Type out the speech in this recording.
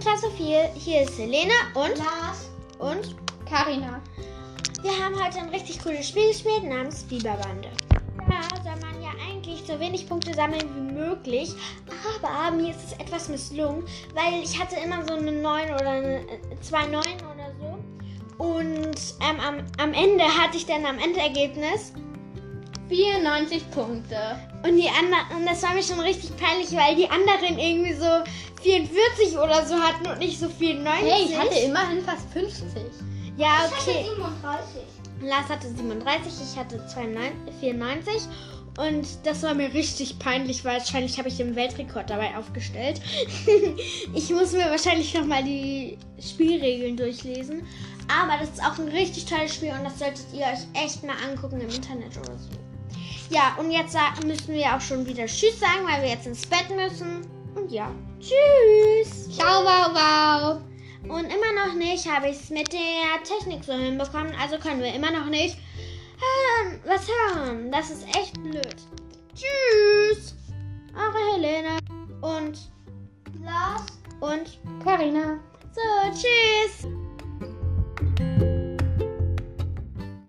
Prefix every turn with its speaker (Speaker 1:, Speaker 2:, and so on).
Speaker 1: Klasse 4. Hier ist Selena und
Speaker 2: Lars.
Speaker 1: und
Speaker 2: Karina.
Speaker 1: wir haben heute ein richtig cooles Spiel gespielt namens Biberbande. Da soll man ja eigentlich so wenig Punkte sammeln wie möglich, aber mir ist es etwas misslungen, weil ich hatte immer so eine 9 oder eine, äh, zwei 9 oder so. Und ähm, am, am Ende hatte ich dann am Endergebnis
Speaker 2: 94 Punkte.
Speaker 1: und die anderen, und das war mir schon richtig peinlich, weil die anderen irgendwie so 44 oder so hatten und nicht so 94.
Speaker 2: Hey, ich hatte immerhin fast 50.
Speaker 1: ja, okay.
Speaker 2: 37.
Speaker 1: Lars hatte 37, ich hatte 92, 94 und das war mir richtig peinlich, weil wahrscheinlich habe ich den Weltrekord dabei aufgestellt. ich muss mir wahrscheinlich nochmal die Spielregeln durchlesen, aber das ist auch ein richtig tolles Spiel und das solltet ihr euch echt mal angucken im Internet oder so. Ja, und jetzt sa- müssen wir auch schon wieder Tschüss sagen, weil wir jetzt ins Bett müssen. Und ja, Tschüss!
Speaker 2: Ciao, wow, wow.
Speaker 1: Und immer noch nicht habe ich es mit der Technik so hinbekommen. Also können wir immer noch nicht ähm, was hören. Das ist echt blöd. Tschüss. Eure Helena. Und,
Speaker 2: Lars.
Speaker 1: und,
Speaker 2: Karina.
Speaker 1: so, tschüss.